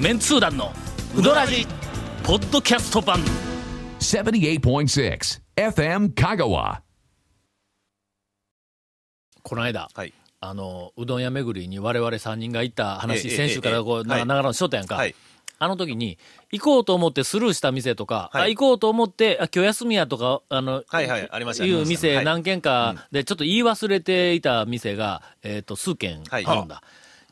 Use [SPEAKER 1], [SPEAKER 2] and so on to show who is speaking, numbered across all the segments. [SPEAKER 1] メンツー団のウドラジポッドキャスト版
[SPEAKER 2] 78.6 FM Kagawa.
[SPEAKER 1] この間、
[SPEAKER 3] はい
[SPEAKER 1] あのうどん屋巡りに我々3人が行った話、
[SPEAKER 3] ええ
[SPEAKER 1] 先週からこ
[SPEAKER 3] え
[SPEAKER 1] う、
[SPEAKER 3] え
[SPEAKER 1] な
[SPEAKER 3] はい
[SPEAKER 1] 長野にしとったやんか、
[SPEAKER 3] はい
[SPEAKER 1] あの時に行こうと思ってスルーした店とか、
[SPEAKER 3] はい
[SPEAKER 1] あ行こうと思ってあ今日休みやとかあの、
[SPEAKER 3] はいはいありました
[SPEAKER 1] い
[SPEAKER 3] あり
[SPEAKER 1] う
[SPEAKER 3] ましたは
[SPEAKER 1] 店
[SPEAKER 3] い
[SPEAKER 1] 何軒かでちょっと言い忘れていた店が、えっと数軒あ
[SPEAKER 3] は
[SPEAKER 1] る
[SPEAKER 3] い
[SPEAKER 1] んだ、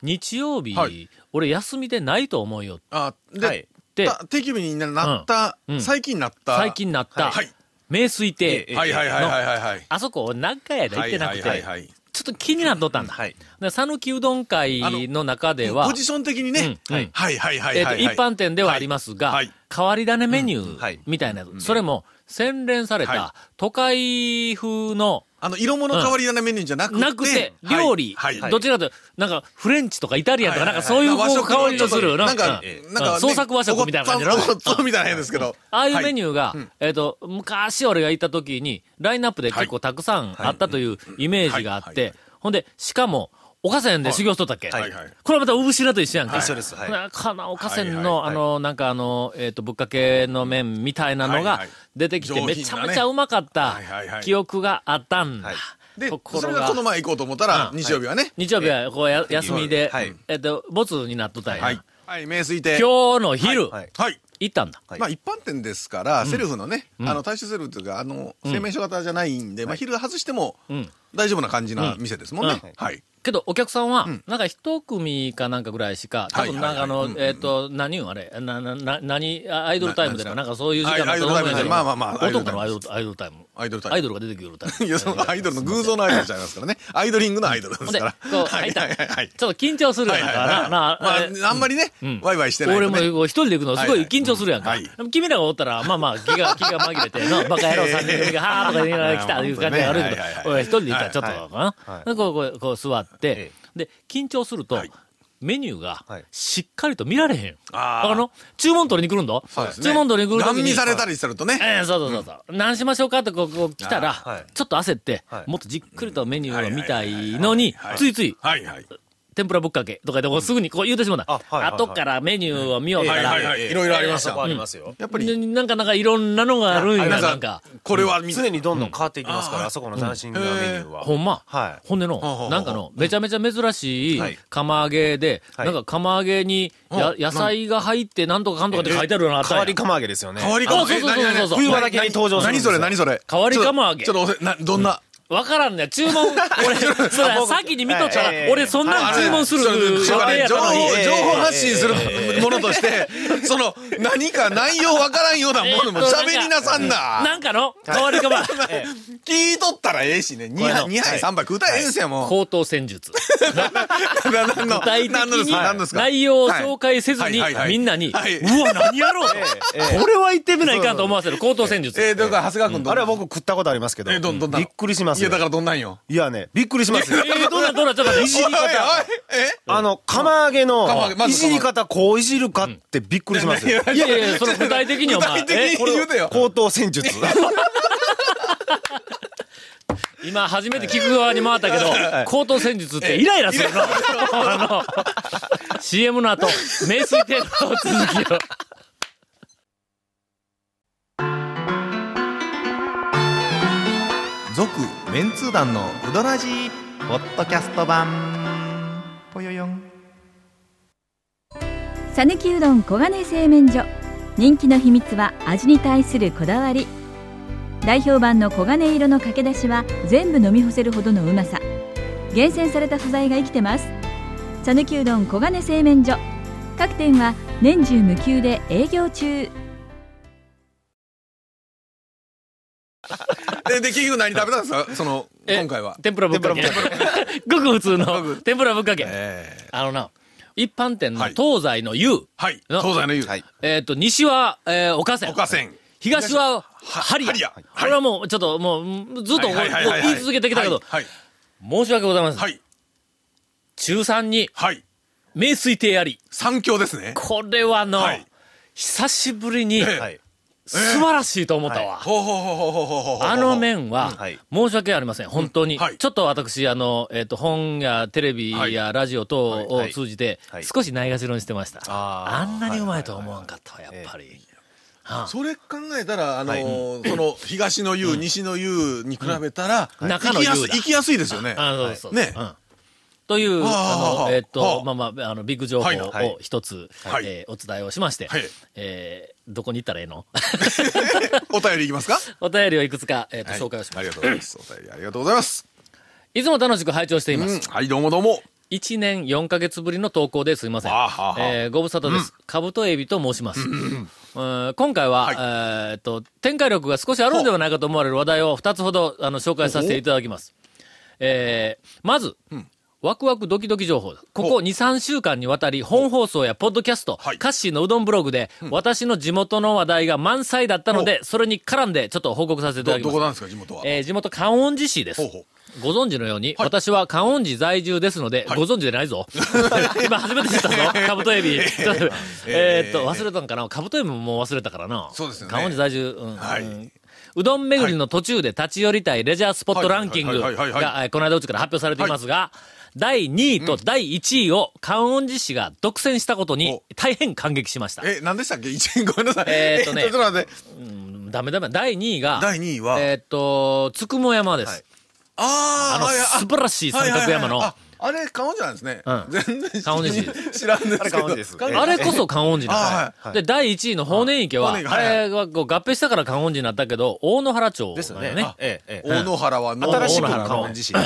[SPEAKER 1] 日曜日、
[SPEAKER 4] はい
[SPEAKER 1] 俺休みでないと思うよ
[SPEAKER 4] あで、
[SPEAKER 3] はい
[SPEAKER 1] で
[SPEAKER 4] た定休日になった、
[SPEAKER 1] うんうん
[SPEAKER 4] 最近なった
[SPEAKER 1] 最近なった、
[SPEAKER 4] はい
[SPEAKER 1] 名水亭、
[SPEAKER 3] ええ
[SPEAKER 4] はいはいはいはいはいはい
[SPEAKER 1] あそこ俺何回やで行ってなくて、
[SPEAKER 4] はいはいはいはい
[SPEAKER 1] ちょっと気になっとったんだ。
[SPEAKER 3] はい
[SPEAKER 1] で讃岐うどん会の中では
[SPEAKER 4] ポ、ジション的にね、
[SPEAKER 1] うんうん
[SPEAKER 4] はいはいはい
[SPEAKER 1] えっ
[SPEAKER 4] は
[SPEAKER 1] と、
[SPEAKER 4] い、
[SPEAKER 1] 一般店ではありますが、
[SPEAKER 4] はいはい
[SPEAKER 1] 変わり種メニ
[SPEAKER 3] ん
[SPEAKER 1] ュ
[SPEAKER 3] はい
[SPEAKER 1] ーみたいなやつ、それも洗練された
[SPEAKER 4] は
[SPEAKER 1] 都会風の、
[SPEAKER 4] あの色物変わりなメニューじゃなくて、
[SPEAKER 1] なくて、
[SPEAKER 4] はい
[SPEAKER 1] 料理、
[SPEAKER 4] はい
[SPEAKER 1] どちらかというと、なんか、フレンチとかイタリアンとか、なんかそう
[SPEAKER 4] はいいうはい
[SPEAKER 1] こう香りのする、
[SPEAKER 4] なん
[SPEAKER 1] か
[SPEAKER 4] か、
[SPEAKER 1] うん
[SPEAKER 4] なんかね、
[SPEAKER 1] 創作和食みたいな感じの。
[SPEAKER 4] おごったおごったみたいなやつですけど、
[SPEAKER 1] ああいうメニ
[SPEAKER 4] ュー、
[SPEAKER 1] ューが、えっ、と、昔俺が行った時に、ラインナップで結構たくさんあったというイメージがあって、
[SPEAKER 4] はいはい
[SPEAKER 1] ほんで、しかも、岡線で修行しとったっけ、
[SPEAKER 4] はいはい
[SPEAKER 1] これまたうぶしらと一緒やんか。
[SPEAKER 3] 一緒ですはい
[SPEAKER 1] なかな、岡線
[SPEAKER 4] はい
[SPEAKER 1] の、
[SPEAKER 4] はいはい
[SPEAKER 1] あの、なんかあの、えっ、と、ぶっかけの麺みたいなの
[SPEAKER 4] はい
[SPEAKER 1] が
[SPEAKER 4] はい
[SPEAKER 1] 出てきて、
[SPEAKER 4] 上品な
[SPEAKER 1] め
[SPEAKER 4] ね
[SPEAKER 1] ちゃめちゃうまかった
[SPEAKER 4] はいはいはい
[SPEAKER 1] 記憶があったんだ。
[SPEAKER 3] はい
[SPEAKER 4] で
[SPEAKER 1] とこ
[SPEAKER 4] そ
[SPEAKER 1] ろ
[SPEAKER 4] れが
[SPEAKER 1] が
[SPEAKER 4] この、前行こうと思ったら、日曜日はね、
[SPEAKER 1] 日曜日はこうや休みで、
[SPEAKER 3] はい
[SPEAKER 1] えっ、と、ボツになっとったんや。
[SPEAKER 4] はい、はい、名水亭、
[SPEAKER 1] 今日の昼、
[SPEAKER 3] はい
[SPEAKER 4] はい、
[SPEAKER 1] 行ったんだ。
[SPEAKER 3] はい
[SPEAKER 4] まあ一般店ですから、セルフのね、あの、大衆セルフというか、あの、製麺所型じゃないんで、まあ昼外しても
[SPEAKER 1] ん、
[SPEAKER 4] 大丈夫な感じな店ですもんね。
[SPEAKER 1] うん
[SPEAKER 4] はい。
[SPEAKER 1] けどお客さんは、なんか一組かなんかぐらいしか、多分なんかあ
[SPEAKER 4] はい
[SPEAKER 1] の
[SPEAKER 4] はい、はい
[SPEAKER 1] えっと、何言うんあれ、な、な、な、何、あアイドルタイムでな、
[SPEAKER 4] な
[SPEAKER 1] な
[SPEAKER 4] なん
[SPEAKER 1] かそういう時間
[SPEAKER 4] はい
[SPEAKER 1] だと思うんやけど
[SPEAKER 4] アイドルタイムでまあまあまあ
[SPEAKER 1] 男のア
[SPEAKER 4] ア
[SPEAKER 1] イ
[SPEAKER 4] イ
[SPEAKER 1] ド
[SPEAKER 4] ド
[SPEAKER 1] ル、アイドルタイム。
[SPEAKER 4] アイドルタイム
[SPEAKER 1] アイドルが出てくるタイム。
[SPEAKER 4] いや、そのアイドルの偶像のアイドルちゃいますからね。アイドリングのアイドルで
[SPEAKER 1] ほん
[SPEAKER 4] す
[SPEAKER 1] で、
[SPEAKER 4] か
[SPEAKER 1] こ
[SPEAKER 4] ら。
[SPEAKER 1] う、入った。
[SPEAKER 4] はいはいはいはい
[SPEAKER 1] ちょっと緊張するやんか。な、な、
[SPEAKER 4] ま
[SPEAKER 1] え
[SPEAKER 4] あ、あんまりね
[SPEAKER 1] ん、
[SPEAKER 4] ワイワイしてない
[SPEAKER 1] 俺
[SPEAKER 4] と
[SPEAKER 1] も
[SPEAKER 4] ね。
[SPEAKER 1] 一人で行くのすごい緊張するやんか。
[SPEAKER 4] はいはいはい
[SPEAKER 1] でも君らがおったら、まあまあ、気が、気が紛れて、の、バカ野郎3人組が、はーとか言いながら来たという感じがあるけど
[SPEAKER 4] はいはいは、い
[SPEAKER 1] 俺一人で行ったらちょっと
[SPEAKER 3] はいは
[SPEAKER 1] かな。
[SPEAKER 3] はい
[SPEAKER 1] でこう、こう、こう座って
[SPEAKER 3] え、
[SPEAKER 1] で、緊張すると
[SPEAKER 4] はい、
[SPEAKER 1] メニューが
[SPEAKER 3] はい、
[SPEAKER 1] しっかりと見られへん。
[SPEAKER 4] あー
[SPEAKER 1] あの、注文取りに来るんだ
[SPEAKER 4] そうですね
[SPEAKER 1] 注文取りに来ると
[SPEAKER 4] 乱
[SPEAKER 1] きに。
[SPEAKER 4] 見されたりするとね。
[SPEAKER 1] ええそうそうそうそう。何しましょうかってこうこう来たら、
[SPEAKER 3] あーはい
[SPEAKER 1] ちょっと焦って、
[SPEAKER 3] はい
[SPEAKER 1] もっとじっくりとメニューを見たいのに
[SPEAKER 4] はいはいはいは、い
[SPEAKER 1] ついつい、
[SPEAKER 4] はいはい。
[SPEAKER 1] 天ぷらぶっかけとかでもうすぐにこう言うてしまうんだ。
[SPEAKER 3] あはいはいはい
[SPEAKER 1] 後からメニューを見ようか
[SPEAKER 4] はい
[SPEAKER 1] ら。
[SPEAKER 4] はいはい。いろいろあります
[SPEAKER 3] そこあ
[SPEAKER 4] よ。
[SPEAKER 3] りますよ。
[SPEAKER 4] やっぱり、
[SPEAKER 1] でなんかなんかいろんなのがあるんや、
[SPEAKER 3] あ
[SPEAKER 1] な
[SPEAKER 3] なんん
[SPEAKER 1] か
[SPEAKER 3] か。
[SPEAKER 4] これは見、
[SPEAKER 3] 常にどんどん変わっていきますか
[SPEAKER 4] うん
[SPEAKER 3] ら、
[SPEAKER 4] あ
[SPEAKER 3] あそこの斬新なメニューは。
[SPEAKER 1] ほんま、
[SPEAKER 3] はい
[SPEAKER 1] ほんでの、
[SPEAKER 4] ほうほう
[SPEAKER 1] なんかの、めちゃめちゃ珍しい
[SPEAKER 3] はい
[SPEAKER 1] 釜揚げで、
[SPEAKER 3] はい
[SPEAKER 1] なんか釜揚げにや、
[SPEAKER 4] うん
[SPEAKER 1] 野菜が入ってなんとかかんとかって書いてあるようなあった
[SPEAKER 3] 変
[SPEAKER 1] や
[SPEAKER 3] わ
[SPEAKER 1] ん
[SPEAKER 3] り釜揚げですよね。
[SPEAKER 4] 変わりか
[SPEAKER 1] あ
[SPEAKER 4] も
[SPEAKER 1] そうそうそうそう
[SPEAKER 4] え何々
[SPEAKER 1] 冬
[SPEAKER 3] 場だけに登場するんで
[SPEAKER 4] 何
[SPEAKER 3] すよ
[SPEAKER 4] それ何それ。
[SPEAKER 1] 変わり釜揚げ
[SPEAKER 4] ちょっとちょっとおせ、な、どんな。
[SPEAKER 1] わからんね注文、俺、それ先に見とった
[SPEAKER 3] はい
[SPEAKER 1] ら、俺そんなん
[SPEAKER 4] あ
[SPEAKER 1] 注文する
[SPEAKER 4] それ
[SPEAKER 1] 予
[SPEAKER 4] それ
[SPEAKER 1] 定やっ
[SPEAKER 4] 情
[SPEAKER 1] たの
[SPEAKER 4] 報
[SPEAKER 1] に。
[SPEAKER 3] ええ
[SPEAKER 4] 情報発信するものとして、その、何か内容わからんようなものも
[SPEAKER 1] えーっとなんか
[SPEAKER 4] 喋りなさんな。
[SPEAKER 1] なんかの変わり釜。
[SPEAKER 4] 聞いとったらええしね。2
[SPEAKER 1] これ
[SPEAKER 4] 杯、
[SPEAKER 1] の
[SPEAKER 4] 2杯、3杯食うたらええんすよ、もう。
[SPEAKER 1] 高等戦術。
[SPEAKER 4] なな
[SPEAKER 1] 具体的
[SPEAKER 4] なんのですかなん
[SPEAKER 1] に
[SPEAKER 4] ですか
[SPEAKER 1] 内容を紹介せず
[SPEAKER 4] は
[SPEAKER 1] に
[SPEAKER 4] いはいは、い
[SPEAKER 1] みんなに、う
[SPEAKER 4] はい
[SPEAKER 1] わ、何やろう
[SPEAKER 3] ええええ
[SPEAKER 1] これは言ってみないかんと思わせる高等戦
[SPEAKER 4] え
[SPEAKER 1] 術。
[SPEAKER 4] ー、というか、長谷川君どん
[SPEAKER 3] あれは僕食ったことありますけど。
[SPEAKER 4] えどんどんな
[SPEAKER 3] び
[SPEAKER 4] の
[SPEAKER 3] っくりします
[SPEAKER 4] いや、
[SPEAKER 3] よ。
[SPEAKER 4] だからどんなんよ。
[SPEAKER 3] いやね、びっくりしますよ
[SPEAKER 1] え。ー、どんな、どんな、ちょっと待って、い
[SPEAKER 3] い
[SPEAKER 1] じ
[SPEAKER 3] じ
[SPEAKER 1] り
[SPEAKER 3] り方
[SPEAKER 4] おいおい。
[SPEAKER 3] あの、釜揚げ
[SPEAKER 4] 釜揚
[SPEAKER 3] の
[SPEAKER 4] げ、ま
[SPEAKER 3] い
[SPEAKER 4] ず
[SPEAKER 3] じり方、こういじるかってびっくりします よ。
[SPEAKER 1] いやいやいや、その具体的にお前、
[SPEAKER 4] 具体
[SPEAKER 1] え
[SPEAKER 4] 的に言うてよ。
[SPEAKER 3] 高等戦 術。
[SPEAKER 1] 今初めて聞く側に回ったけど、高等戦術ってイライラするの。あの、CM の後、名水亭の続きを。
[SPEAKER 5] 続メンツー団のウドラジポッドキャスト版ぽよよん
[SPEAKER 6] さぬきうどん黄金製麺所人気の秘密は味に対するこだわり代表版の黄金色のかけだしは全部飲み干せるほどのうまさ厳選された素材が生きてますさぬきうどん黄金製麺所各店は年中無休で営業中
[SPEAKER 4] えで、結局何食べたんですかその、
[SPEAKER 1] え
[SPEAKER 4] 今回は。
[SPEAKER 1] 天ぷらぶっかけ。ごく普通の天ぷらぶっかけ。
[SPEAKER 4] え
[SPEAKER 1] あのな、一般店の
[SPEAKER 4] はい
[SPEAKER 1] 東西の湯、
[SPEAKER 4] ー、はい。
[SPEAKER 1] の
[SPEAKER 4] 東西の湯。
[SPEAKER 3] はい
[SPEAKER 1] えっと、西は、えー、岡線。
[SPEAKER 4] 岡線。
[SPEAKER 1] 東は、ハリア。
[SPEAKER 4] ハリアはい
[SPEAKER 1] これはもう、ちょっと、もう、ずっとこう
[SPEAKER 4] はいはいはいはい
[SPEAKER 1] 言い続けてきたけど、
[SPEAKER 4] はい。
[SPEAKER 1] 申し訳ございません。
[SPEAKER 4] はい。
[SPEAKER 1] 中3に、
[SPEAKER 4] はい。
[SPEAKER 1] 名水亭あり。
[SPEAKER 4] 三強ですね。
[SPEAKER 1] これはの、
[SPEAKER 4] はい
[SPEAKER 1] 久しぶりに、
[SPEAKER 4] ええ
[SPEAKER 3] はい
[SPEAKER 1] 素晴らしいと思ったわ。
[SPEAKER 4] ほうほうほうほうほうほうほうほう
[SPEAKER 1] あの麺は
[SPEAKER 3] はい、
[SPEAKER 1] 申し訳ありません、本当に。
[SPEAKER 4] うんはい
[SPEAKER 1] ちょっと私、あの、えっ、と、本やテレビ
[SPEAKER 4] は
[SPEAKER 1] やラジオ等を通じて
[SPEAKER 3] は、い
[SPEAKER 1] 少しないがしろにしてました。あ
[SPEAKER 3] あー
[SPEAKER 1] んなにうまいとは思わんかったわ、やっぱり。はあ
[SPEAKER 4] それ考えたら、あのーその、東の湯、西の湯に比べたら、
[SPEAKER 1] うん
[SPEAKER 4] 行
[SPEAKER 1] 中の
[SPEAKER 4] き
[SPEAKER 1] 湯だ
[SPEAKER 4] やすい、行きやすいですよね。
[SPEAKER 1] あそうそう。
[SPEAKER 4] はいね
[SPEAKER 1] うんという、あ
[SPEAKER 4] あ
[SPEAKER 1] の、
[SPEAKER 4] ー
[SPEAKER 1] えっ、
[SPEAKER 4] は
[SPEAKER 1] と、
[SPEAKER 4] あ
[SPEAKER 1] まあまあ、あの、ビッグ情報
[SPEAKER 4] はいはい
[SPEAKER 1] を一つ、
[SPEAKER 4] はい
[SPEAKER 1] えーお伝えをしまして、
[SPEAKER 4] はい
[SPEAKER 1] えーどこに行ったらええの
[SPEAKER 4] お便りいきますか
[SPEAKER 1] お便りをいくつか、えっ、と、
[SPEAKER 4] はい
[SPEAKER 1] 紹介をしま
[SPEAKER 4] あ
[SPEAKER 1] す
[SPEAKER 4] り。がとうございます。お便りありがとうございます。
[SPEAKER 1] いつも楽しく拝聴しています。
[SPEAKER 4] うんはい、どうもどうも。
[SPEAKER 1] 1年4ヶ月ぶりの投稿ですいません。
[SPEAKER 4] あはは
[SPEAKER 1] えーご無沙汰です。カブトエビと申します。うん今回は、
[SPEAKER 4] はい
[SPEAKER 1] えーっと、展開力が少しあるのではないかと思われる話題を2つほどあの紹介させていただきます。えーまず、ワクワクドキドキ情報。ここ2、3週間にわたり、本放送やポッドキャスト、
[SPEAKER 4] はい
[SPEAKER 1] カッシーのうどんブログで、私の地元の話題が満載だったので、それに絡んでちょっと報告させていた
[SPEAKER 4] ど、
[SPEAKER 1] だき
[SPEAKER 4] ど
[SPEAKER 1] ます
[SPEAKER 4] こ。なんですか、地元は。
[SPEAKER 1] えー地元、観音寺市です。
[SPEAKER 4] ほうほう
[SPEAKER 1] ご存知のように、
[SPEAKER 4] はい
[SPEAKER 1] 私は観音寺在住ですので、
[SPEAKER 4] はい
[SPEAKER 1] ご存知でないぞ。 今初めて知 ったぞ、カブトエビ。えーっと、忘れたんかなカブトエビももう忘れたからな。
[SPEAKER 4] そうですよね
[SPEAKER 1] 観音寺在住。うん
[SPEAKER 4] は
[SPEAKER 1] う
[SPEAKER 4] い
[SPEAKER 1] ん。うどん巡りの途中で立ち寄りたいレジャースポットランキング
[SPEAKER 4] はいはいはいはいはい
[SPEAKER 1] が、えーこの間うちから発表されていますが、第2位と第1位を観音寺市が独占したことに
[SPEAKER 4] お
[SPEAKER 1] 大変感激しました。
[SPEAKER 4] え、何でしたっけ一円ごめんなさい。
[SPEAKER 1] えーっとね
[SPEAKER 4] ちょっと待って。
[SPEAKER 1] うんダメダメ。第2位が、
[SPEAKER 4] 第二位は
[SPEAKER 1] えーっと、つくも山です。あ
[SPEAKER 4] あー
[SPEAKER 1] の、
[SPEAKER 4] はいあ、
[SPEAKER 1] 素晴らしい三角山の、
[SPEAKER 4] はいはいはいああれ、顔じゃないですね。
[SPEAKER 1] うん
[SPEAKER 4] 全然
[SPEAKER 1] 観音寺市
[SPEAKER 4] 知らんですけど。
[SPEAKER 5] あれ観音寺です
[SPEAKER 4] 観音
[SPEAKER 1] あれこそ観音寺なんです
[SPEAKER 4] あ
[SPEAKER 1] はいで、第1位の法然池は、
[SPEAKER 4] 法然池
[SPEAKER 1] あ
[SPEAKER 4] はいは
[SPEAKER 1] れ
[SPEAKER 4] い
[SPEAKER 1] はこう合併したから観音寺になったけど、大野原町
[SPEAKER 5] ですよ
[SPEAKER 1] だ
[SPEAKER 5] ね
[SPEAKER 1] よね。
[SPEAKER 5] ええええ
[SPEAKER 4] 大野原はの
[SPEAKER 5] 新し
[SPEAKER 1] い
[SPEAKER 5] く
[SPEAKER 1] 大野原
[SPEAKER 5] 観音自身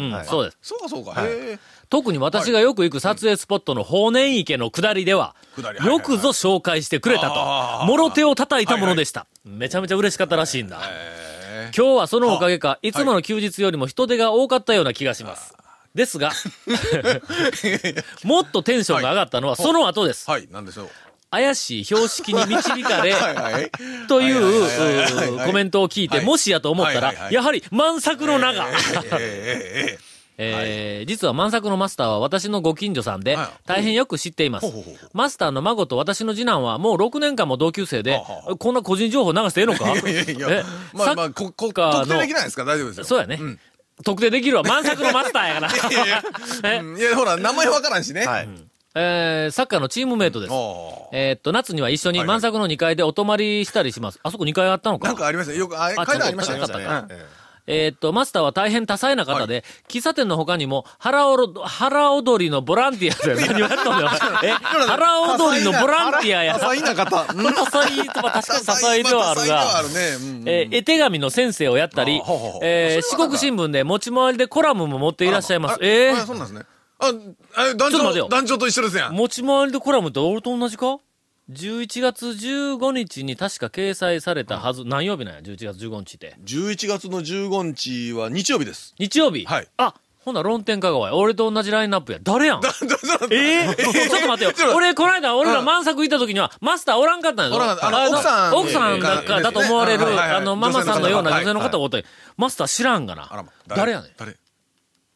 [SPEAKER 1] うん、
[SPEAKER 5] はい
[SPEAKER 1] そうです。
[SPEAKER 4] そうかそうか。へえ。
[SPEAKER 1] 特に私がよく行く撮影スポットの法然池の下りでは、
[SPEAKER 4] 下りはいはいはい
[SPEAKER 1] よくぞ紹介してくれた
[SPEAKER 4] あ
[SPEAKER 1] と、
[SPEAKER 4] ー
[SPEAKER 1] もろ手を叩いたものでした。めちゃめちゃ嬉しかったらしいんだ。今日はそのおかげか、いつもの休日よりも人手が多かったような気がします。ですが、もっとテンションが上がったのはその後です。
[SPEAKER 4] はい、なんでしょう。
[SPEAKER 1] 怪しい標識に導かれ、
[SPEAKER 4] はいはい。
[SPEAKER 1] とい
[SPEAKER 4] はいはいはいはいう
[SPEAKER 1] うコメントを聞いて、
[SPEAKER 4] はい
[SPEAKER 1] もしやと思ったら
[SPEAKER 4] はいはいは、い
[SPEAKER 1] やはり満作の名が。
[SPEAKER 4] えええええええ
[SPEAKER 1] えー実は満作のマスターは私のご近所さんで
[SPEAKER 4] はい、
[SPEAKER 1] 大変よく知っています
[SPEAKER 4] ほうほうほう。
[SPEAKER 1] マスターの孫と私の次男はもう6年間も同級生で
[SPEAKER 4] はあは、
[SPEAKER 1] こんな個人情報流していいのか
[SPEAKER 4] えいやいやい
[SPEAKER 1] え
[SPEAKER 4] や。まあまあ、
[SPEAKER 1] サッ
[SPEAKER 4] こ、こ、
[SPEAKER 1] カーの
[SPEAKER 4] 特定できないですか大丈夫ですよ。
[SPEAKER 1] そうやね。特定できるわ。満作のマスターやから え
[SPEAKER 4] うん。いや、ほら、名前わからんしね。
[SPEAKER 5] はい
[SPEAKER 1] えーサッカーのチームメイトです。
[SPEAKER 4] おー
[SPEAKER 1] えーっと、夏には一緒に
[SPEAKER 4] はいはい
[SPEAKER 1] 満作の2階でお泊まりしたりします。あそこ2階あったのか
[SPEAKER 4] なんかありましたよ。よく、あれ、
[SPEAKER 1] あ
[SPEAKER 4] 書いてありました
[SPEAKER 1] ちょっと
[SPEAKER 4] ね。
[SPEAKER 1] あ
[SPEAKER 5] ええ
[SPEAKER 1] えーっと、マスターは大変多彩な方で、喫茶店の他にも、腹おろ、腹踊りのボランティアで、何をやったんだよ。え、 腹踊りのボランティアや。多彩な方。多彩とは確かに多彩ではあるが、
[SPEAKER 4] 多彩ではあるねうんうん。
[SPEAKER 1] えー絵手紙の先生をやったり
[SPEAKER 4] あほうほうほう、
[SPEAKER 1] えー
[SPEAKER 4] そ
[SPEAKER 1] 四
[SPEAKER 4] れはなん
[SPEAKER 1] 国
[SPEAKER 4] だ
[SPEAKER 1] 新聞で持ち回りでコラムも持っていらっしゃいます。
[SPEAKER 4] あ
[SPEAKER 1] え
[SPEAKER 4] あ
[SPEAKER 1] ー
[SPEAKER 4] そうなんですね。あ、あれ、団
[SPEAKER 1] ちょっと待てよ
[SPEAKER 4] 長、団長と一緒ですやん。
[SPEAKER 1] 持ち回りでコラムって俺と同じか ?11 月15日に確か掲載されたはず、何曜日なんや ?11 月15日って。
[SPEAKER 4] 11月の15日は日曜日 です。
[SPEAKER 1] 日曜日
[SPEAKER 4] はい
[SPEAKER 1] あ、ほな、論点香川や。俺と同じラインナップや。誰 やんえー ちょっと待ってよ。俺、この間、俺ら満作行った時には、マスターおらんかったんやぞ。
[SPEAKER 4] おらんかったあの
[SPEAKER 1] あの
[SPEAKER 4] 奥さん
[SPEAKER 1] 奥さんだか
[SPEAKER 4] えー
[SPEAKER 1] だと思われる
[SPEAKER 4] ですねはい、はい
[SPEAKER 1] あの、ママさんのような女
[SPEAKER 4] 女
[SPEAKER 1] 性
[SPEAKER 4] 性
[SPEAKER 1] の
[SPEAKER 4] の
[SPEAKER 1] 方がおったりマスター知らんが
[SPEAKER 4] あら
[SPEAKER 1] な
[SPEAKER 4] ま。
[SPEAKER 1] 誰やねん。
[SPEAKER 4] 誰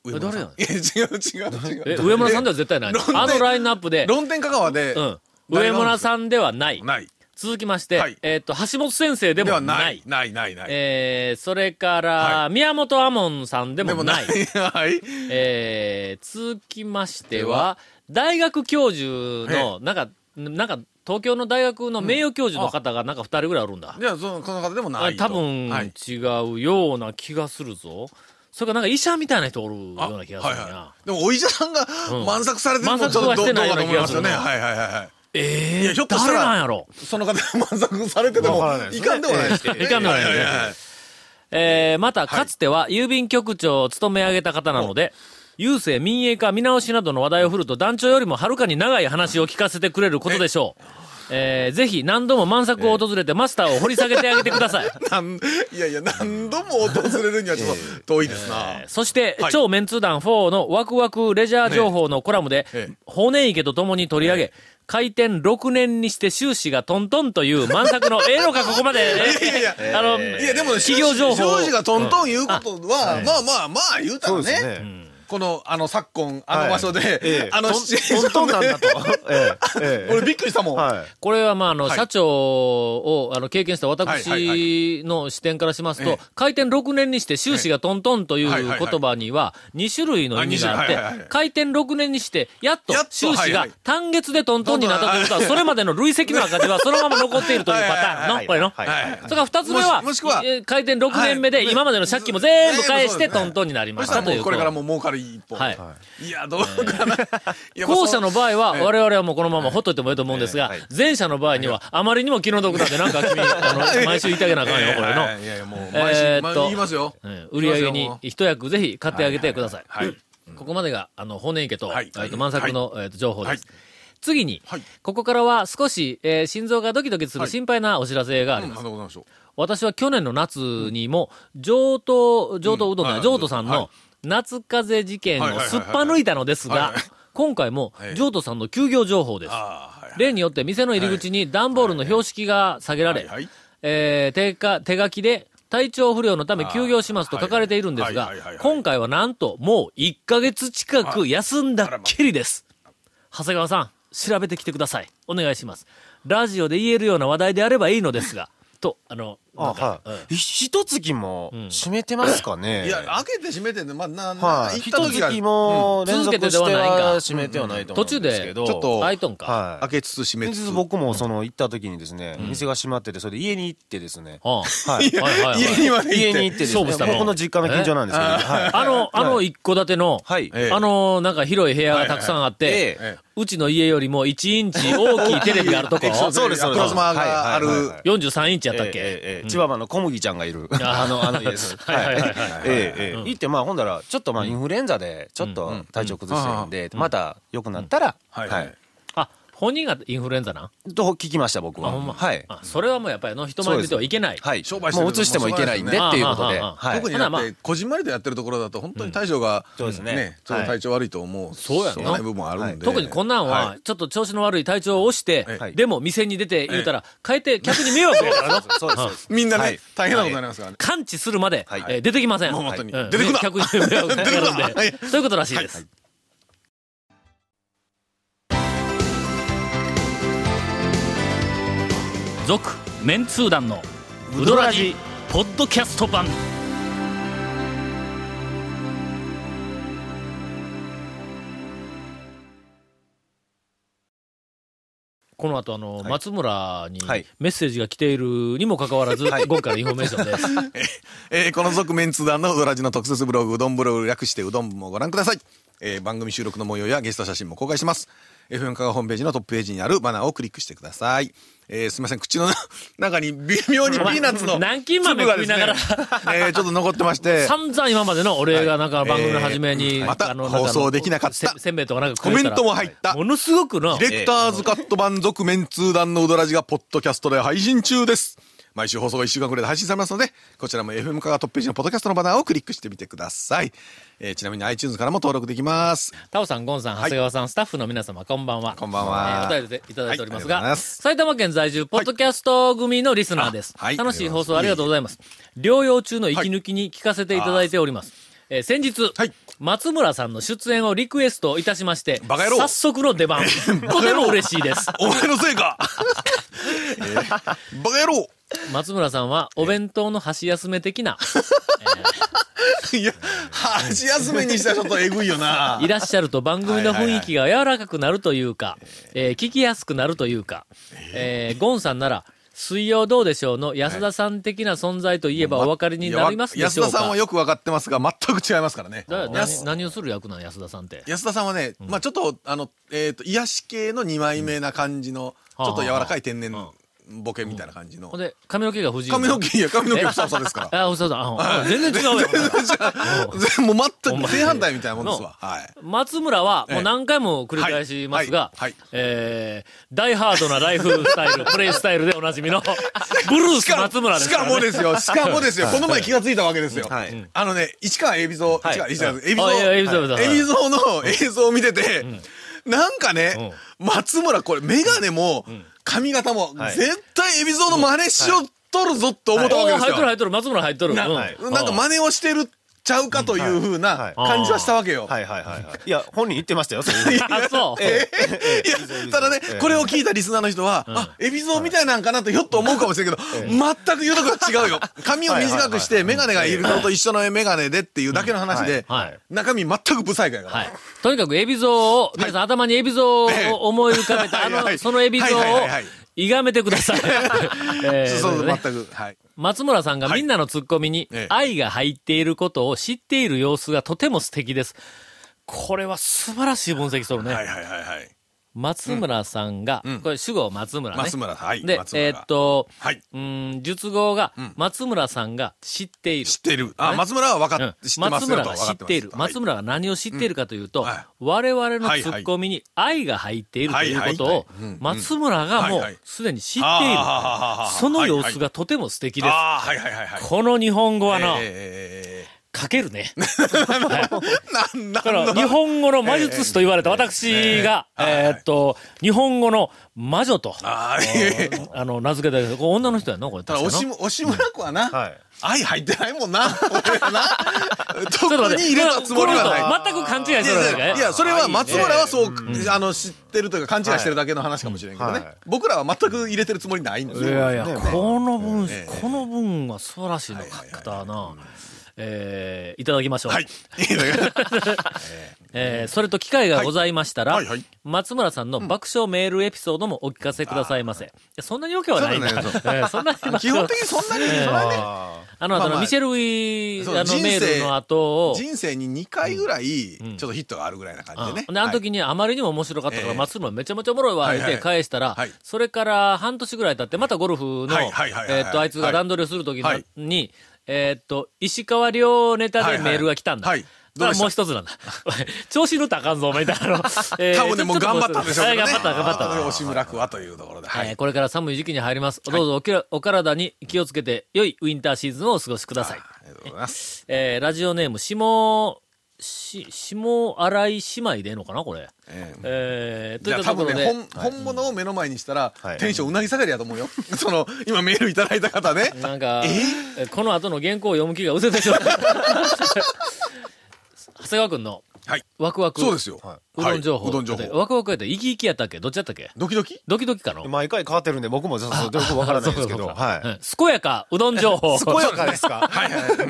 [SPEAKER 1] え誰やねん
[SPEAKER 4] い や、違う違う違
[SPEAKER 1] え、
[SPEAKER 4] う。
[SPEAKER 1] 上村さんでは絶対ないの
[SPEAKER 4] 論。点
[SPEAKER 1] あのラインナップで、
[SPEAKER 4] 論点香川で
[SPEAKER 1] う、ん。上村さんではない。
[SPEAKER 4] ない。
[SPEAKER 1] 続きまして
[SPEAKER 4] はい、
[SPEAKER 1] えーっと、橋本先生で
[SPEAKER 4] では
[SPEAKER 1] も
[SPEAKER 4] な
[SPEAKER 1] ないい。。
[SPEAKER 4] ないないない。
[SPEAKER 1] えーそれから、宮本亞門さんで
[SPEAKER 4] で
[SPEAKER 1] も
[SPEAKER 4] も
[SPEAKER 1] な
[SPEAKER 4] ないい。。 はい。
[SPEAKER 1] えー続きましては、大学教授の、なんか、なんか、東京の大学の名誉教授の方がなんか二人ぐらいおるんだ。
[SPEAKER 4] じゃあ、その、この方でもないと。
[SPEAKER 1] 多分、
[SPEAKER 4] はい。
[SPEAKER 1] 違うような気がするぞ。それからなんか医者みたいな人おるよう
[SPEAKER 4] あ
[SPEAKER 1] な気がす
[SPEAKER 4] は
[SPEAKER 1] る
[SPEAKER 4] い
[SPEAKER 1] な。
[SPEAKER 4] はい。でも、お医者さんが
[SPEAKER 1] うん
[SPEAKER 4] 満足されてるの
[SPEAKER 1] 満足はしてないような気がする
[SPEAKER 4] ね。
[SPEAKER 1] な
[SPEAKER 4] はいはいはいはい。
[SPEAKER 1] え
[SPEAKER 4] い
[SPEAKER 1] ー
[SPEAKER 4] やひょっとしたら
[SPEAKER 1] 誰なんやろ
[SPEAKER 4] その方が満足されてても、いかんでもないですけどね。
[SPEAKER 1] いかんでもないですね
[SPEAKER 4] はは
[SPEAKER 1] えーまた、かつては郵便局長を務め上げた方なので、郵政民営化見直しなどの話題を振ると団長よりもはるかに長い話を聞かせてくれることでしょう。えーぜひ何度も満作を訪れてマスターを掘り下げてあげてください。
[SPEAKER 4] なんいやいや、何度も訪れるにはちょっと遠いですな。
[SPEAKER 1] そして、
[SPEAKER 4] はい
[SPEAKER 1] 超メンツ団4のワクワクレジャー情報のコラムで、
[SPEAKER 4] ええ
[SPEAKER 1] 法然池と共に取り上げ、開店6年にして収支がトントンという満作の、ええのかここまで、
[SPEAKER 4] いやいや
[SPEAKER 1] えあの、
[SPEAKER 4] いや、でもね、
[SPEAKER 1] 企業情報を
[SPEAKER 4] 庄司がトントン言うことは、まあまあまあ言うたら
[SPEAKER 5] そうです
[SPEAKER 4] ね。
[SPEAKER 5] ね
[SPEAKER 4] この、あの、昨今、あの場所
[SPEAKER 3] え
[SPEAKER 4] で、
[SPEAKER 3] え
[SPEAKER 4] あの、
[SPEAKER 3] トントントンなんだと。ええええ
[SPEAKER 4] 俺びっくりしたもん。
[SPEAKER 3] はい。
[SPEAKER 1] これはまあ、あの、
[SPEAKER 4] はい
[SPEAKER 1] 社長を、あの、経験した
[SPEAKER 4] はいはいは
[SPEAKER 1] 私の視点からしますと、
[SPEAKER 4] ええ
[SPEAKER 1] 開店6年にして収支がトントンとい
[SPEAKER 4] はいは
[SPEAKER 1] う
[SPEAKER 4] いはい
[SPEAKER 1] 言葉には2種類の意味があっ
[SPEAKER 4] あ二種類はいはい
[SPEAKER 1] て
[SPEAKER 4] は、い
[SPEAKER 1] 開店6年にして、やっと
[SPEAKER 4] やっと
[SPEAKER 1] 収支
[SPEAKER 4] は
[SPEAKER 1] が
[SPEAKER 4] いはい
[SPEAKER 1] 単月でトントンになったということは、それまでの累積の赤字はそのまま残っているというパターンの、これの。
[SPEAKER 5] はい
[SPEAKER 4] はい
[SPEAKER 1] それから二つ目は、
[SPEAKER 4] もしもしくは
[SPEAKER 1] えー開店6年目
[SPEAKER 4] は
[SPEAKER 1] で
[SPEAKER 4] い
[SPEAKER 1] 今までの借金も全部
[SPEAKER 4] ね
[SPEAKER 1] 返して
[SPEAKER 4] そうです
[SPEAKER 1] ト
[SPEAKER 4] ね
[SPEAKER 1] ントンになりま
[SPEAKER 4] そし
[SPEAKER 1] したた
[SPEAKER 4] ら
[SPEAKER 1] と
[SPEAKER 4] も
[SPEAKER 1] いうう
[SPEAKER 4] これからもう儲かる一本。
[SPEAKER 1] はい
[SPEAKER 4] い、いや、どうかな。 いや
[SPEAKER 1] 後者の場合は、
[SPEAKER 4] ええ
[SPEAKER 1] 我々はもうこのままほっといてもいいと思うんですが、前者の場合には、あまりにも気の毒だって、なんか 君、あの、毎週言ってあげなあかんよ、これの。
[SPEAKER 4] いやいや、もう、毎週、
[SPEAKER 1] えーっと
[SPEAKER 4] まあ言いますよ。
[SPEAKER 1] うん売り上げに一役ぜひ買ってあげてください。
[SPEAKER 4] はい。
[SPEAKER 1] ここまでが、あの、骨池と、
[SPEAKER 4] はい
[SPEAKER 1] えっと、満作の、えっと、情報です。
[SPEAKER 4] は
[SPEAKER 1] 次に、
[SPEAKER 4] はい
[SPEAKER 1] ここからは少し、えー心臓がドキドキする
[SPEAKER 4] はい
[SPEAKER 1] 心配なお知らせがあ
[SPEAKER 4] う
[SPEAKER 1] り
[SPEAKER 4] ん、
[SPEAKER 1] ます。
[SPEAKER 4] なんでございましょう。
[SPEAKER 1] 私は去年の夏にも、上等、上等うどん
[SPEAKER 4] うん
[SPEAKER 1] な、
[SPEAKER 4] あ
[SPEAKER 1] 上等さん
[SPEAKER 4] は
[SPEAKER 1] の
[SPEAKER 4] い
[SPEAKER 1] 夏風邪事件
[SPEAKER 4] はい
[SPEAKER 1] を
[SPEAKER 4] はいはい
[SPEAKER 1] すっ
[SPEAKER 4] はい
[SPEAKER 1] ぱ抜いたのです
[SPEAKER 4] はい
[SPEAKER 1] が
[SPEAKER 4] はい、
[SPEAKER 1] 今回も
[SPEAKER 4] はい
[SPEAKER 1] 上等さんの休業情報です。
[SPEAKER 4] ああ、はい。
[SPEAKER 1] 例によって店の入り口に段ボールの標識が下げられ、
[SPEAKER 4] はいはい
[SPEAKER 1] えー手か手書きで体調不良のため休業しますと書かれているんですが
[SPEAKER 4] はいはいはいはいはい、
[SPEAKER 1] 今回はなんともう1ヶ月近く休んだっきりです。長谷川さん、調べてきてください。お願いします。ラジオで言えるような話題であればいいのです が、と、あの、なんか
[SPEAKER 5] は
[SPEAKER 1] うん
[SPEAKER 5] い。
[SPEAKER 3] ひ一月も閉めてますかね、
[SPEAKER 4] いや、開けて閉めてね、まあ、な、な、
[SPEAKER 3] はい。
[SPEAKER 4] 行っ
[SPEAKER 3] 一
[SPEAKER 4] た時が、
[SPEAKER 3] 月も連続して
[SPEAKER 1] 続けてではないんか
[SPEAKER 3] は閉めてはないと思うんですけど。
[SPEAKER 4] 途中でちょっと
[SPEAKER 1] アイトンか。
[SPEAKER 3] はい。
[SPEAKER 4] 開けつつ閉め
[SPEAKER 3] 先
[SPEAKER 4] つ
[SPEAKER 3] 日
[SPEAKER 4] つ。
[SPEAKER 3] 僕もその行った時にですね、店が閉まってて、それで家に行ってですね。
[SPEAKER 1] はあ
[SPEAKER 3] はい。
[SPEAKER 1] はいはい はい
[SPEAKER 4] 家にまで
[SPEAKER 3] 家
[SPEAKER 4] 行っ
[SPEAKER 3] に
[SPEAKER 4] て。
[SPEAKER 3] 行ってです
[SPEAKER 1] 勝負
[SPEAKER 3] ね
[SPEAKER 1] したの。
[SPEAKER 3] 僕の実家の近所なんですけど、
[SPEAKER 1] え
[SPEAKER 3] はい。
[SPEAKER 1] あの、あの一戸建ての、
[SPEAKER 3] はい
[SPEAKER 4] ええ
[SPEAKER 1] あの、なんか広い部屋がたくさんあっ
[SPEAKER 3] はいはい
[SPEAKER 1] て
[SPEAKER 3] え、
[SPEAKER 4] ええ
[SPEAKER 1] うちの家よりも1インチ大きいテレビがあるとこ
[SPEAKER 4] ええそう
[SPEAKER 3] そうです、そうです。
[SPEAKER 4] プラズマがある
[SPEAKER 3] はいはいはいはい
[SPEAKER 1] 43インチやったっ
[SPEAKER 3] ええ
[SPEAKER 1] け
[SPEAKER 3] ええええチワワの小麦ちゃんがいる。
[SPEAKER 1] あ
[SPEAKER 3] あの、あの家です。
[SPEAKER 1] はいはいはいはい
[SPEAKER 3] ええええ行って、まあ、ほんだら、ちょっとまあ、インフルエンザで、ちょっと体調崩してるんで、また良くなったら、は
[SPEAKER 4] はいはい
[SPEAKER 3] い。
[SPEAKER 1] あ、本人がインフルエンザなん
[SPEAKER 3] と聞きました、僕
[SPEAKER 1] あ、
[SPEAKER 3] は。
[SPEAKER 1] ほんま。
[SPEAKER 3] はい。
[SPEAKER 1] あ、それはもうやっぱりあの人前に出てはいけない。
[SPEAKER 3] はい。
[SPEAKER 4] 商売してる
[SPEAKER 3] もう移してもいけないんで、っていうことで。
[SPEAKER 1] あああああ
[SPEAKER 3] はい。
[SPEAKER 4] 特に
[SPEAKER 1] ほ
[SPEAKER 4] だ
[SPEAKER 1] なまあ
[SPEAKER 4] って、こじんまりとやってるところだと、本当に体調が、
[SPEAKER 3] そうですね
[SPEAKER 4] ちょっと体調悪いと思う。
[SPEAKER 1] そうやな
[SPEAKER 4] しょがない部分もあるんで。
[SPEAKER 1] 特にこんなんは、ちょっと調子の悪い体調を押して、
[SPEAKER 4] はい
[SPEAKER 1] でも店に出て言うたら、変えて客に迷惑やからな。
[SPEAKER 3] そうですそうです。
[SPEAKER 4] みんな
[SPEAKER 3] は
[SPEAKER 4] ね
[SPEAKER 3] い、
[SPEAKER 4] 大変なことになりますからね。
[SPEAKER 1] 感知するまで、
[SPEAKER 3] はい
[SPEAKER 1] えー出てきません。
[SPEAKER 4] もう本当に
[SPEAKER 1] うん
[SPEAKER 4] 出てくな
[SPEAKER 1] 客に迷惑かけるん
[SPEAKER 4] 出てくなは
[SPEAKER 1] で
[SPEAKER 4] い。
[SPEAKER 1] そういうことらしいです。続、メンツー団の、ウドラジ、ポッドキャスト版。この後、あの、松村に
[SPEAKER 3] はい
[SPEAKER 1] メッセージが来ているにもかかわらず、
[SPEAKER 3] い
[SPEAKER 1] 午後からインフォメーションです。
[SPEAKER 4] えーこの続メンツ団のうどらじの特設ブログ、うどんブログ略してうどんもご覧ください。えー番組収録の模様やゲスト写真も公開します。FM カガホームページのトップページにあるバナーをクリックしてください。えーすみません、口の 中に微妙にピーナッツの
[SPEAKER 1] 南京豆
[SPEAKER 4] 粒がですね
[SPEAKER 1] 食いながら
[SPEAKER 4] えーちょっと残って まして、
[SPEAKER 1] 散々今までのお礼がなんか番組の初めに、
[SPEAKER 4] えーまた
[SPEAKER 1] あのなんかあの
[SPEAKER 4] 放送できなかった
[SPEAKER 1] せせんべいとかなんか
[SPEAKER 4] コメントも入った
[SPEAKER 1] ものすごくな
[SPEAKER 4] ディレクターズカット版続メンツー団のうどらじがポッドキャストで配信中です。毎週放送が1週間くらいで配信されますので、こちらも FM カガトップページのポッドキャストのバナーをクリックしてみてください。えーちなみに iTunes からも登録で きます。
[SPEAKER 1] タオさん、ゴンさん、長谷川さん、スタッフの皆様、こんばんは。
[SPEAKER 4] こんばん
[SPEAKER 1] えー
[SPEAKER 4] は
[SPEAKER 1] お便りでいただいておりますが、
[SPEAKER 4] はいありがとうございます
[SPEAKER 1] 埼玉県在住、ポッドキャスト組のリスナーです。
[SPEAKER 4] はいあはい
[SPEAKER 1] 楽しい放送ありがとうございます。療養中の息抜きに聞かせていただいております。えー先日、
[SPEAKER 4] はい
[SPEAKER 1] 松村さんの出演をリクエストいたしまして、
[SPEAKER 4] バカ野郎
[SPEAKER 1] 早速の出番、とても嬉しいです。
[SPEAKER 4] お前のせいか、バカ野郎
[SPEAKER 1] 松村さんは、お弁当の箸休め的な、
[SPEAKER 4] いや、箸休めにしたらちょっとえぐいよな。
[SPEAKER 1] いらっしゃると番組の雰囲気が柔らかくなるというか、えー聞きやすくなるというか、えーゴンさんなら、水曜どうでしょうの安田さん的な存在といえばお分かりになりますでしょうか
[SPEAKER 4] 安田さんはよくわかってますが、全く違いますからね。
[SPEAKER 1] だから
[SPEAKER 4] 安
[SPEAKER 1] 何何をする役なん安田さんって。
[SPEAKER 4] 安田さんはね、まあちょっと、あの、えっ、と、癒し系の2枚目な感じの、
[SPEAKER 1] うん
[SPEAKER 4] ちょっと柔らかい天然
[SPEAKER 1] は
[SPEAKER 4] ボケみたいな感じの。
[SPEAKER 1] ほんで、髪の毛が不自由な。
[SPEAKER 4] 髪の毛、いや、髪の毛
[SPEAKER 1] え
[SPEAKER 4] ふさふさで すから。
[SPEAKER 1] あ、ふさふさ。あ全然違 うよ。
[SPEAKER 4] もう全く正反対みたいなもんですわ。はい。
[SPEAKER 1] 松村は、もう何回も繰り返しますが、
[SPEAKER 4] はいはいはい
[SPEAKER 1] えー、ダイハードなライフスタイル、プレイスタイルでおなじみの、ブルース松村です
[SPEAKER 4] し
[SPEAKER 1] から、
[SPEAKER 4] か
[SPEAKER 1] ね。
[SPEAKER 4] もですよ、しかもですよ、この前気がついたわけですよ。
[SPEAKER 3] はい
[SPEAKER 4] うんあのね、市川海老蔵、
[SPEAKER 3] はい
[SPEAKER 4] 市川、市川、海
[SPEAKER 1] あいや海老
[SPEAKER 4] 老
[SPEAKER 1] 蔵
[SPEAKER 4] 蔵、海老蔵の映像を見てて、なんかね、松村これ、メガネも、髪型も、
[SPEAKER 3] はい
[SPEAKER 4] 絶対海老蔵の真似しようとるぞと思ったわけ
[SPEAKER 1] おー
[SPEAKER 4] で
[SPEAKER 1] 入っ
[SPEAKER 4] すよ
[SPEAKER 1] とる。入っとる、松村入っとる。うん
[SPEAKER 3] はい
[SPEAKER 4] なんか真似をしてるちゃうかというふうな感じはしたわけよ。
[SPEAKER 3] はいはいはいはい。いや、本人言ってましたよ、そういう
[SPEAKER 1] あ、そう。
[SPEAKER 3] ええええ
[SPEAKER 4] いやただね、
[SPEAKER 3] ええ
[SPEAKER 4] これを聞いたリスナーの人は、あ、海老蔵みたいなんかなとひょっと思うかもしれんけど、全く言うとこが違うよ。髪を短くして、メガネがいるのと一緒のメガネでっていうだけの話で
[SPEAKER 1] はいはい、
[SPEAKER 4] 中身全く不細工やから。
[SPEAKER 1] はい。とにかく、エビゾを、皆さん頭にエビゾを思い浮かべて、あ
[SPEAKER 4] はいは
[SPEAKER 1] の、
[SPEAKER 4] い
[SPEAKER 1] そのエビゾを
[SPEAKER 4] はいはいはいはい、
[SPEAKER 1] いがめてくださ い。えー
[SPEAKER 4] そう
[SPEAKER 1] と
[SPEAKER 4] そ
[SPEAKER 1] いう
[SPEAKER 4] う、
[SPEAKER 1] ことでね
[SPEAKER 4] 全く。はい。
[SPEAKER 1] 松村さんがみんなのツッコミに
[SPEAKER 4] ええ、
[SPEAKER 1] 愛が入っていることを知っている様子がとても素敵です。これは素晴らしい分析するね。
[SPEAKER 4] はいはいはいはい。
[SPEAKER 1] 松村さんが、これ主語松村ね。
[SPEAKER 4] 松村さんはい
[SPEAKER 1] で、
[SPEAKER 4] 松
[SPEAKER 1] え
[SPEAKER 4] 村
[SPEAKER 1] ーっと、
[SPEAKER 4] はい。
[SPEAKER 1] うん、述語が、松村さんが知っている。
[SPEAKER 4] 知ってる。
[SPEAKER 1] あ
[SPEAKER 4] あ、
[SPEAKER 1] れ
[SPEAKER 4] 松村は分
[SPEAKER 1] う
[SPEAKER 4] か
[SPEAKER 1] ん
[SPEAKER 4] っ、知ってま
[SPEAKER 1] 松
[SPEAKER 4] すよ
[SPEAKER 1] 村
[SPEAKER 4] とは
[SPEAKER 1] が知
[SPEAKER 4] 分か
[SPEAKER 1] っ
[SPEAKER 4] ま
[SPEAKER 1] てい
[SPEAKER 4] す
[SPEAKER 1] る。
[SPEAKER 4] はい
[SPEAKER 1] 松村が何を知っているかというと、
[SPEAKER 4] は
[SPEAKER 1] 我々のツッコミに愛が入っているということ
[SPEAKER 4] はい
[SPEAKER 1] を
[SPEAKER 4] はいはいうんうん、
[SPEAKER 1] 松村がも
[SPEAKER 4] はいは
[SPEAKER 1] う
[SPEAKER 4] い
[SPEAKER 1] すでに知っている。
[SPEAKER 4] あーはーはーはー
[SPEAKER 1] その様子がとても素敵です。
[SPEAKER 4] ああ、はいはいはいはい。
[SPEAKER 1] この日本語はな、
[SPEAKER 4] え
[SPEAKER 1] 書けるね。
[SPEAKER 4] ーなん
[SPEAKER 1] だ
[SPEAKER 4] だ
[SPEAKER 1] から、日本語の魔術師と言われた私が、えーっと、日本語の魔女と、
[SPEAKER 4] ああ、いえいえ
[SPEAKER 1] あの、名付けたこれ女の人やな、これ。
[SPEAKER 4] ただ、
[SPEAKER 1] 確か
[SPEAKER 4] お
[SPEAKER 1] な
[SPEAKER 4] しむ、おしむらくはな、
[SPEAKER 3] はい
[SPEAKER 4] 愛入ってないもんな。俺は な。
[SPEAKER 1] ちょっと
[SPEAKER 4] 特
[SPEAKER 1] 待って
[SPEAKER 4] に入れたつもりはない。
[SPEAKER 1] この人全く勘違いし
[SPEAKER 4] い
[SPEAKER 1] てるわけ
[SPEAKER 4] やいやいや、それは松村はそう、あの、知ってるというか勘違いしてるだけの話かもしれんけどね。
[SPEAKER 3] うんはい
[SPEAKER 4] 僕らは全く入れてるつもりないんです
[SPEAKER 1] い
[SPEAKER 4] よ。
[SPEAKER 1] やいや、この文、
[SPEAKER 4] ええ
[SPEAKER 1] この文は素晴らしいの、書き方はな。えーいただきましょう。
[SPEAKER 4] はい。いいね
[SPEAKER 1] えーそれと機会がございましたら、
[SPEAKER 4] はいはいはい
[SPEAKER 1] 松村さんの爆笑メールエピソードもお聞かせくださいませ。いやそんなに余計はないんだ。
[SPEAKER 4] そうだ ね
[SPEAKER 1] えーそんなに爆笑
[SPEAKER 4] 基本的にそんなに、そんなにね
[SPEAKER 1] あの、
[SPEAKER 4] まあ
[SPEAKER 1] あ
[SPEAKER 4] ま
[SPEAKER 1] の、
[SPEAKER 4] あ
[SPEAKER 1] ミシェル・ウィ
[SPEAKER 4] そう
[SPEAKER 1] あの
[SPEAKER 4] 人生
[SPEAKER 1] メールの後を、
[SPEAKER 4] 人生に2回ぐらい、ちょっとヒットがあるぐらいな感じでね。
[SPEAKER 1] うんで、あの時にあまりにも面白かったから、
[SPEAKER 4] ええ
[SPEAKER 1] 松村めちゃめちゃおもろいわ、
[SPEAKER 4] はい
[SPEAKER 1] 言
[SPEAKER 4] は
[SPEAKER 1] っ
[SPEAKER 4] い
[SPEAKER 1] て返したら
[SPEAKER 4] はい、
[SPEAKER 1] それから半年ぐらい経って、またゴルフの、
[SPEAKER 4] はいはいはいはい
[SPEAKER 1] えっと、あいつが段取りをする時
[SPEAKER 4] はい
[SPEAKER 1] にに、えっと、石川遼ネタ
[SPEAKER 4] は
[SPEAKER 1] で
[SPEAKER 4] いはい
[SPEAKER 1] メールが来たんだ。
[SPEAKER 4] はい
[SPEAKER 1] だから
[SPEAKER 4] ど
[SPEAKER 1] もう
[SPEAKER 4] う
[SPEAKER 1] 一つなんだ。 調子乗ったらあかんぞ、みたい な。えー
[SPEAKER 4] 多分ね、もう
[SPEAKER 1] ちょ
[SPEAKER 4] 頑
[SPEAKER 1] と
[SPEAKER 4] 張ったんでしょうけどね。
[SPEAKER 1] はい頑張った、頑張った。
[SPEAKER 4] おしむらくはというところで。は
[SPEAKER 1] えー
[SPEAKER 4] い。
[SPEAKER 1] これから寒い時期に入ります。どうぞおきらお体に気をつけて、良いウィンターシーズンをお過ごしください。
[SPEAKER 4] ありがとうございます。
[SPEAKER 1] えーラジオネーム、下、し、下荒井姉妹でいいのかなこれ。
[SPEAKER 4] えー
[SPEAKER 1] えー、と
[SPEAKER 4] じ
[SPEAKER 1] いっ
[SPEAKER 4] ゃあ
[SPEAKER 1] たと
[SPEAKER 4] 多
[SPEAKER 1] こ
[SPEAKER 4] 分
[SPEAKER 1] ろ
[SPEAKER 4] ね、
[SPEAKER 1] で、
[SPEAKER 4] 本本物を目の前にしたら、
[SPEAKER 3] はい
[SPEAKER 4] テンションうなぎ下がりやと思うよ。その、今メールいただいた方ね。
[SPEAKER 1] なんか、この後の原稿を読む気がう せてしまった。長谷川君の
[SPEAKER 4] はい。
[SPEAKER 1] ワクワク。
[SPEAKER 4] そうですよ。は
[SPEAKER 1] う
[SPEAKER 4] い
[SPEAKER 1] どん情報。
[SPEAKER 4] うどん情報。
[SPEAKER 1] ワクワクやったら生き生きやったっけどっちやったっけ
[SPEAKER 4] ドキドキ
[SPEAKER 1] ドキドキかの
[SPEAKER 3] 毎回変わってるんで、僕もちょっとよくわからないですけど、
[SPEAKER 1] そうか
[SPEAKER 3] はい。
[SPEAKER 1] うん健やか、うどん情報。
[SPEAKER 3] 健やか ですかはいはいはい。健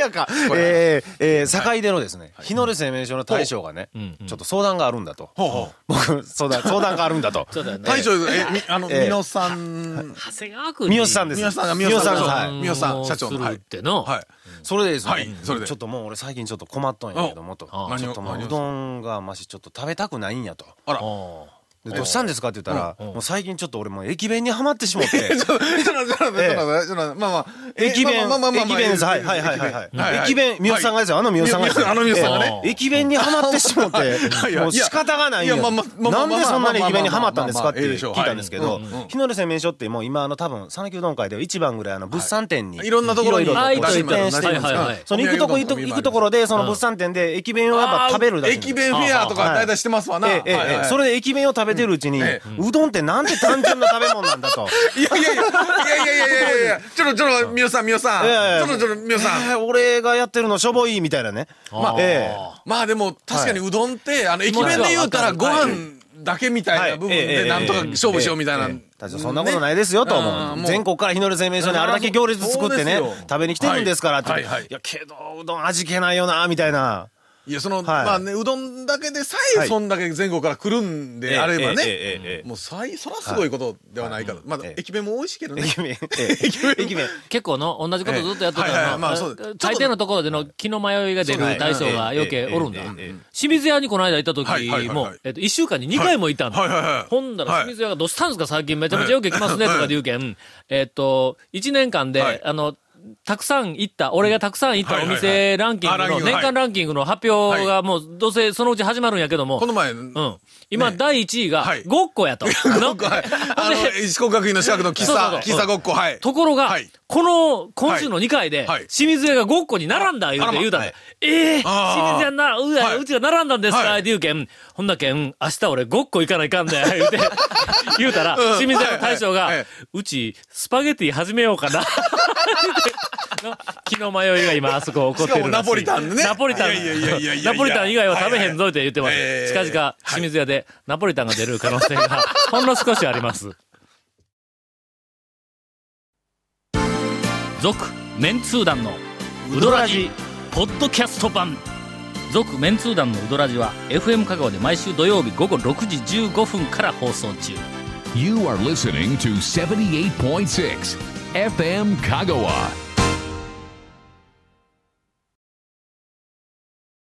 [SPEAKER 3] やか。えー、えー、坂出のですね、日の出製麺所の大将がね、ちょっと相談があるんだと。
[SPEAKER 4] ほうほう。
[SPEAKER 3] 僕、相談、相談があるんだ と。
[SPEAKER 1] そうだよね
[SPEAKER 4] 大将、え、みあの、
[SPEAKER 3] ええ
[SPEAKER 4] 美濃さん、
[SPEAKER 1] 長谷川君に。
[SPEAKER 3] 三好さんです。
[SPEAKER 4] 三好さんが
[SPEAKER 3] 三好さん
[SPEAKER 4] 三
[SPEAKER 3] が
[SPEAKER 4] 好さん
[SPEAKER 3] はい。
[SPEAKER 4] 三好さん社長
[SPEAKER 1] す
[SPEAKER 4] の
[SPEAKER 1] る
[SPEAKER 4] はい
[SPEAKER 1] っての。
[SPEAKER 4] はい。
[SPEAKER 3] それでですね、
[SPEAKER 4] はいそれで
[SPEAKER 3] ちょっともう俺最近ちょっと困っとんやけどもと。ち
[SPEAKER 1] あ
[SPEAKER 3] ょっとも
[SPEAKER 4] 何
[SPEAKER 3] う
[SPEAKER 4] を
[SPEAKER 3] うどんがあんましちょっと食べたくないんやと。
[SPEAKER 4] あら。ちょ
[SPEAKER 1] おー
[SPEAKER 3] でどうしたんですかって言ったら、もう最近ちょっと俺もう駅弁にはまってしもって。
[SPEAKER 4] っと ちょっとちょっとちょっとちょっとまあまあ。え
[SPEAKER 3] 駅弁、
[SPEAKER 4] まあまあまあ
[SPEAKER 3] 駅
[SPEAKER 4] まあ
[SPEAKER 3] 弁
[SPEAKER 4] ま
[SPEAKER 3] です。
[SPEAKER 4] あ
[SPEAKER 3] はいはいはいはい
[SPEAKER 4] は
[SPEAKER 3] はいい。駅弁、三好さんがですよ。あの三好さんがですよ。
[SPEAKER 4] あの三好さんがね
[SPEAKER 3] ええ駅弁にはまってしもって
[SPEAKER 4] い、や
[SPEAKER 3] もう仕方がないよ。
[SPEAKER 4] いやまあまあまあま
[SPEAKER 3] な
[SPEAKER 4] あ
[SPEAKER 3] ん
[SPEAKER 4] まあ
[SPEAKER 3] でそんなに駅弁にはまったんですかって
[SPEAKER 4] まあまあまあまあまあええでし
[SPEAKER 3] 聞
[SPEAKER 4] ょう
[SPEAKER 3] いたんですけど
[SPEAKER 4] はいうんうん、
[SPEAKER 3] 日の出製麺所ってもう今あの多分、讃岐うどん会では一番ぐらいあの物産展に。
[SPEAKER 4] いろんなところ
[SPEAKER 3] い
[SPEAKER 4] に
[SPEAKER 3] ろいろ
[SPEAKER 1] あ
[SPEAKER 3] と
[SPEAKER 1] いとい
[SPEAKER 3] 出
[SPEAKER 1] と
[SPEAKER 3] 店してるんです
[SPEAKER 1] はい
[SPEAKER 3] よ
[SPEAKER 1] はいはい
[SPEAKER 3] その行くとこ行くと行くところで、その物産展で駅弁をやっぱ食べるだけ。
[SPEAKER 4] 駅弁フェアとか大体してますわな。
[SPEAKER 3] ええええ
[SPEAKER 4] はいはい
[SPEAKER 3] それで駅弁を食べてるうちに、
[SPEAKER 4] え
[SPEAKER 3] うどんってなんて単純な食べ物なんだと。
[SPEAKER 4] いやいやいやいやいやいやいやいやちょっとちょっと、みよさん、みよさん。
[SPEAKER 3] いやいや
[SPEAKER 4] ちょっとちょっと、みよさん。
[SPEAKER 3] えー俺がやってるのしょぼいみたいなね。
[SPEAKER 1] あー
[SPEAKER 3] え
[SPEAKER 4] まあでも、確かにうどんって、あの、駅弁で言うたらご飯だけみたいな部分
[SPEAKER 3] はいえええ
[SPEAKER 4] で、
[SPEAKER 3] え
[SPEAKER 4] なんとか勝負しようみたいな。
[SPEAKER 3] 大将そんなことないですよと思
[SPEAKER 4] う
[SPEAKER 3] う、
[SPEAKER 4] んもう
[SPEAKER 3] 全国から日の出製麺所にあれだけ行列作ってね
[SPEAKER 4] そうですよ
[SPEAKER 3] 食べに来てるんですからって、
[SPEAKER 4] はいいはいはい
[SPEAKER 3] やけどうどん味気ないよなみたいない
[SPEAKER 4] や、その、まあね、うどんだけでさえ、
[SPEAKER 3] はい
[SPEAKER 4] そんだけ全国から来るんであれ
[SPEAKER 3] え
[SPEAKER 4] ば
[SPEAKER 3] ええ
[SPEAKER 4] ね、
[SPEAKER 3] えええ
[SPEAKER 4] もうさい、そらすごいことではないから。まあ
[SPEAKER 3] ええ、
[SPEAKER 4] 駅弁も美味しいけどね。
[SPEAKER 3] 駅弁ええ駅弁
[SPEAKER 1] 結構の、同じことずっとやってた
[SPEAKER 4] ええはい
[SPEAKER 1] ら
[SPEAKER 4] はいまあそうです
[SPEAKER 1] な、大抵のところでの気の迷いが出る大将が余計おるんだ
[SPEAKER 3] ええええええええ。
[SPEAKER 1] 清水屋にこの間行った時
[SPEAKER 4] はいはいはい
[SPEAKER 1] も
[SPEAKER 4] はい、
[SPEAKER 1] えっと、一週間に二回もいたんだ。
[SPEAKER 4] はいはいはいはい
[SPEAKER 1] ほんだら
[SPEAKER 4] はい
[SPEAKER 1] 清水屋がどうしたんですか最近めちゃめちゃよく来ますねとかで言うけん、えっと、一年間
[SPEAKER 4] は
[SPEAKER 1] で
[SPEAKER 4] い、
[SPEAKER 1] あの、たくさん行った、俺がたくさん行ったお
[SPEAKER 4] はいはいは
[SPEAKER 1] 店
[SPEAKER 4] い
[SPEAKER 1] ランキング
[SPEAKER 4] あラン
[SPEAKER 1] の、
[SPEAKER 4] キング
[SPEAKER 1] 年間ランキングの発表がもう、どうせそのうち始まるんやけども
[SPEAKER 4] こ、の前、
[SPEAKER 1] うん。今、
[SPEAKER 4] ね
[SPEAKER 1] 第1位が
[SPEAKER 4] はい、
[SPEAKER 1] ごっこ やと。ご
[SPEAKER 4] はいあの、石工学院の近くの喫
[SPEAKER 1] そうそうそ
[SPEAKER 4] 茶
[SPEAKER 1] う、
[SPEAKER 4] 喫茶ごっこ、はい。
[SPEAKER 1] ところが、
[SPEAKER 4] はい
[SPEAKER 1] この、今週の2回で、
[SPEAKER 4] はいはい
[SPEAKER 1] 清水屋がごっこに並んだ言う
[SPEAKER 4] あら
[SPEAKER 1] て
[SPEAKER 4] ま
[SPEAKER 1] 言うたん
[SPEAKER 4] は
[SPEAKER 1] で
[SPEAKER 4] い、
[SPEAKER 1] ええー、
[SPEAKER 4] あー
[SPEAKER 1] 清水屋な、うわ
[SPEAKER 4] はいう
[SPEAKER 1] ちが並んだんですか、
[SPEAKER 4] はい
[SPEAKER 1] って言うけん、ほんだけん、明日俺ごっこ行かないかんね、 言うて、言うたら、
[SPEAKER 4] うん
[SPEAKER 1] 清水屋の大将が、
[SPEAKER 4] はいはい う
[SPEAKER 1] ち、スパゲティ始めようかな。の気の迷いが今、あそこ起こってるらしい。
[SPEAKER 4] しかもナポリタンね
[SPEAKER 1] ナポリタン。
[SPEAKER 4] いやいやいやいやいや
[SPEAKER 1] ナポリタン以外は食べへんぞって言ってます。
[SPEAKER 4] はいはいはいえー
[SPEAKER 1] 近々、清水屋でナポリタンが出る可能性 が、ほんの少しあります。続、メンツー団の、ウドラジ、ポッドキャスト版。続、メンツー団のウドラジは、FM 香川で毎週土曜日午後6時15分から放送中。
[SPEAKER 2] You are listening to 78.6 FM Kagawa.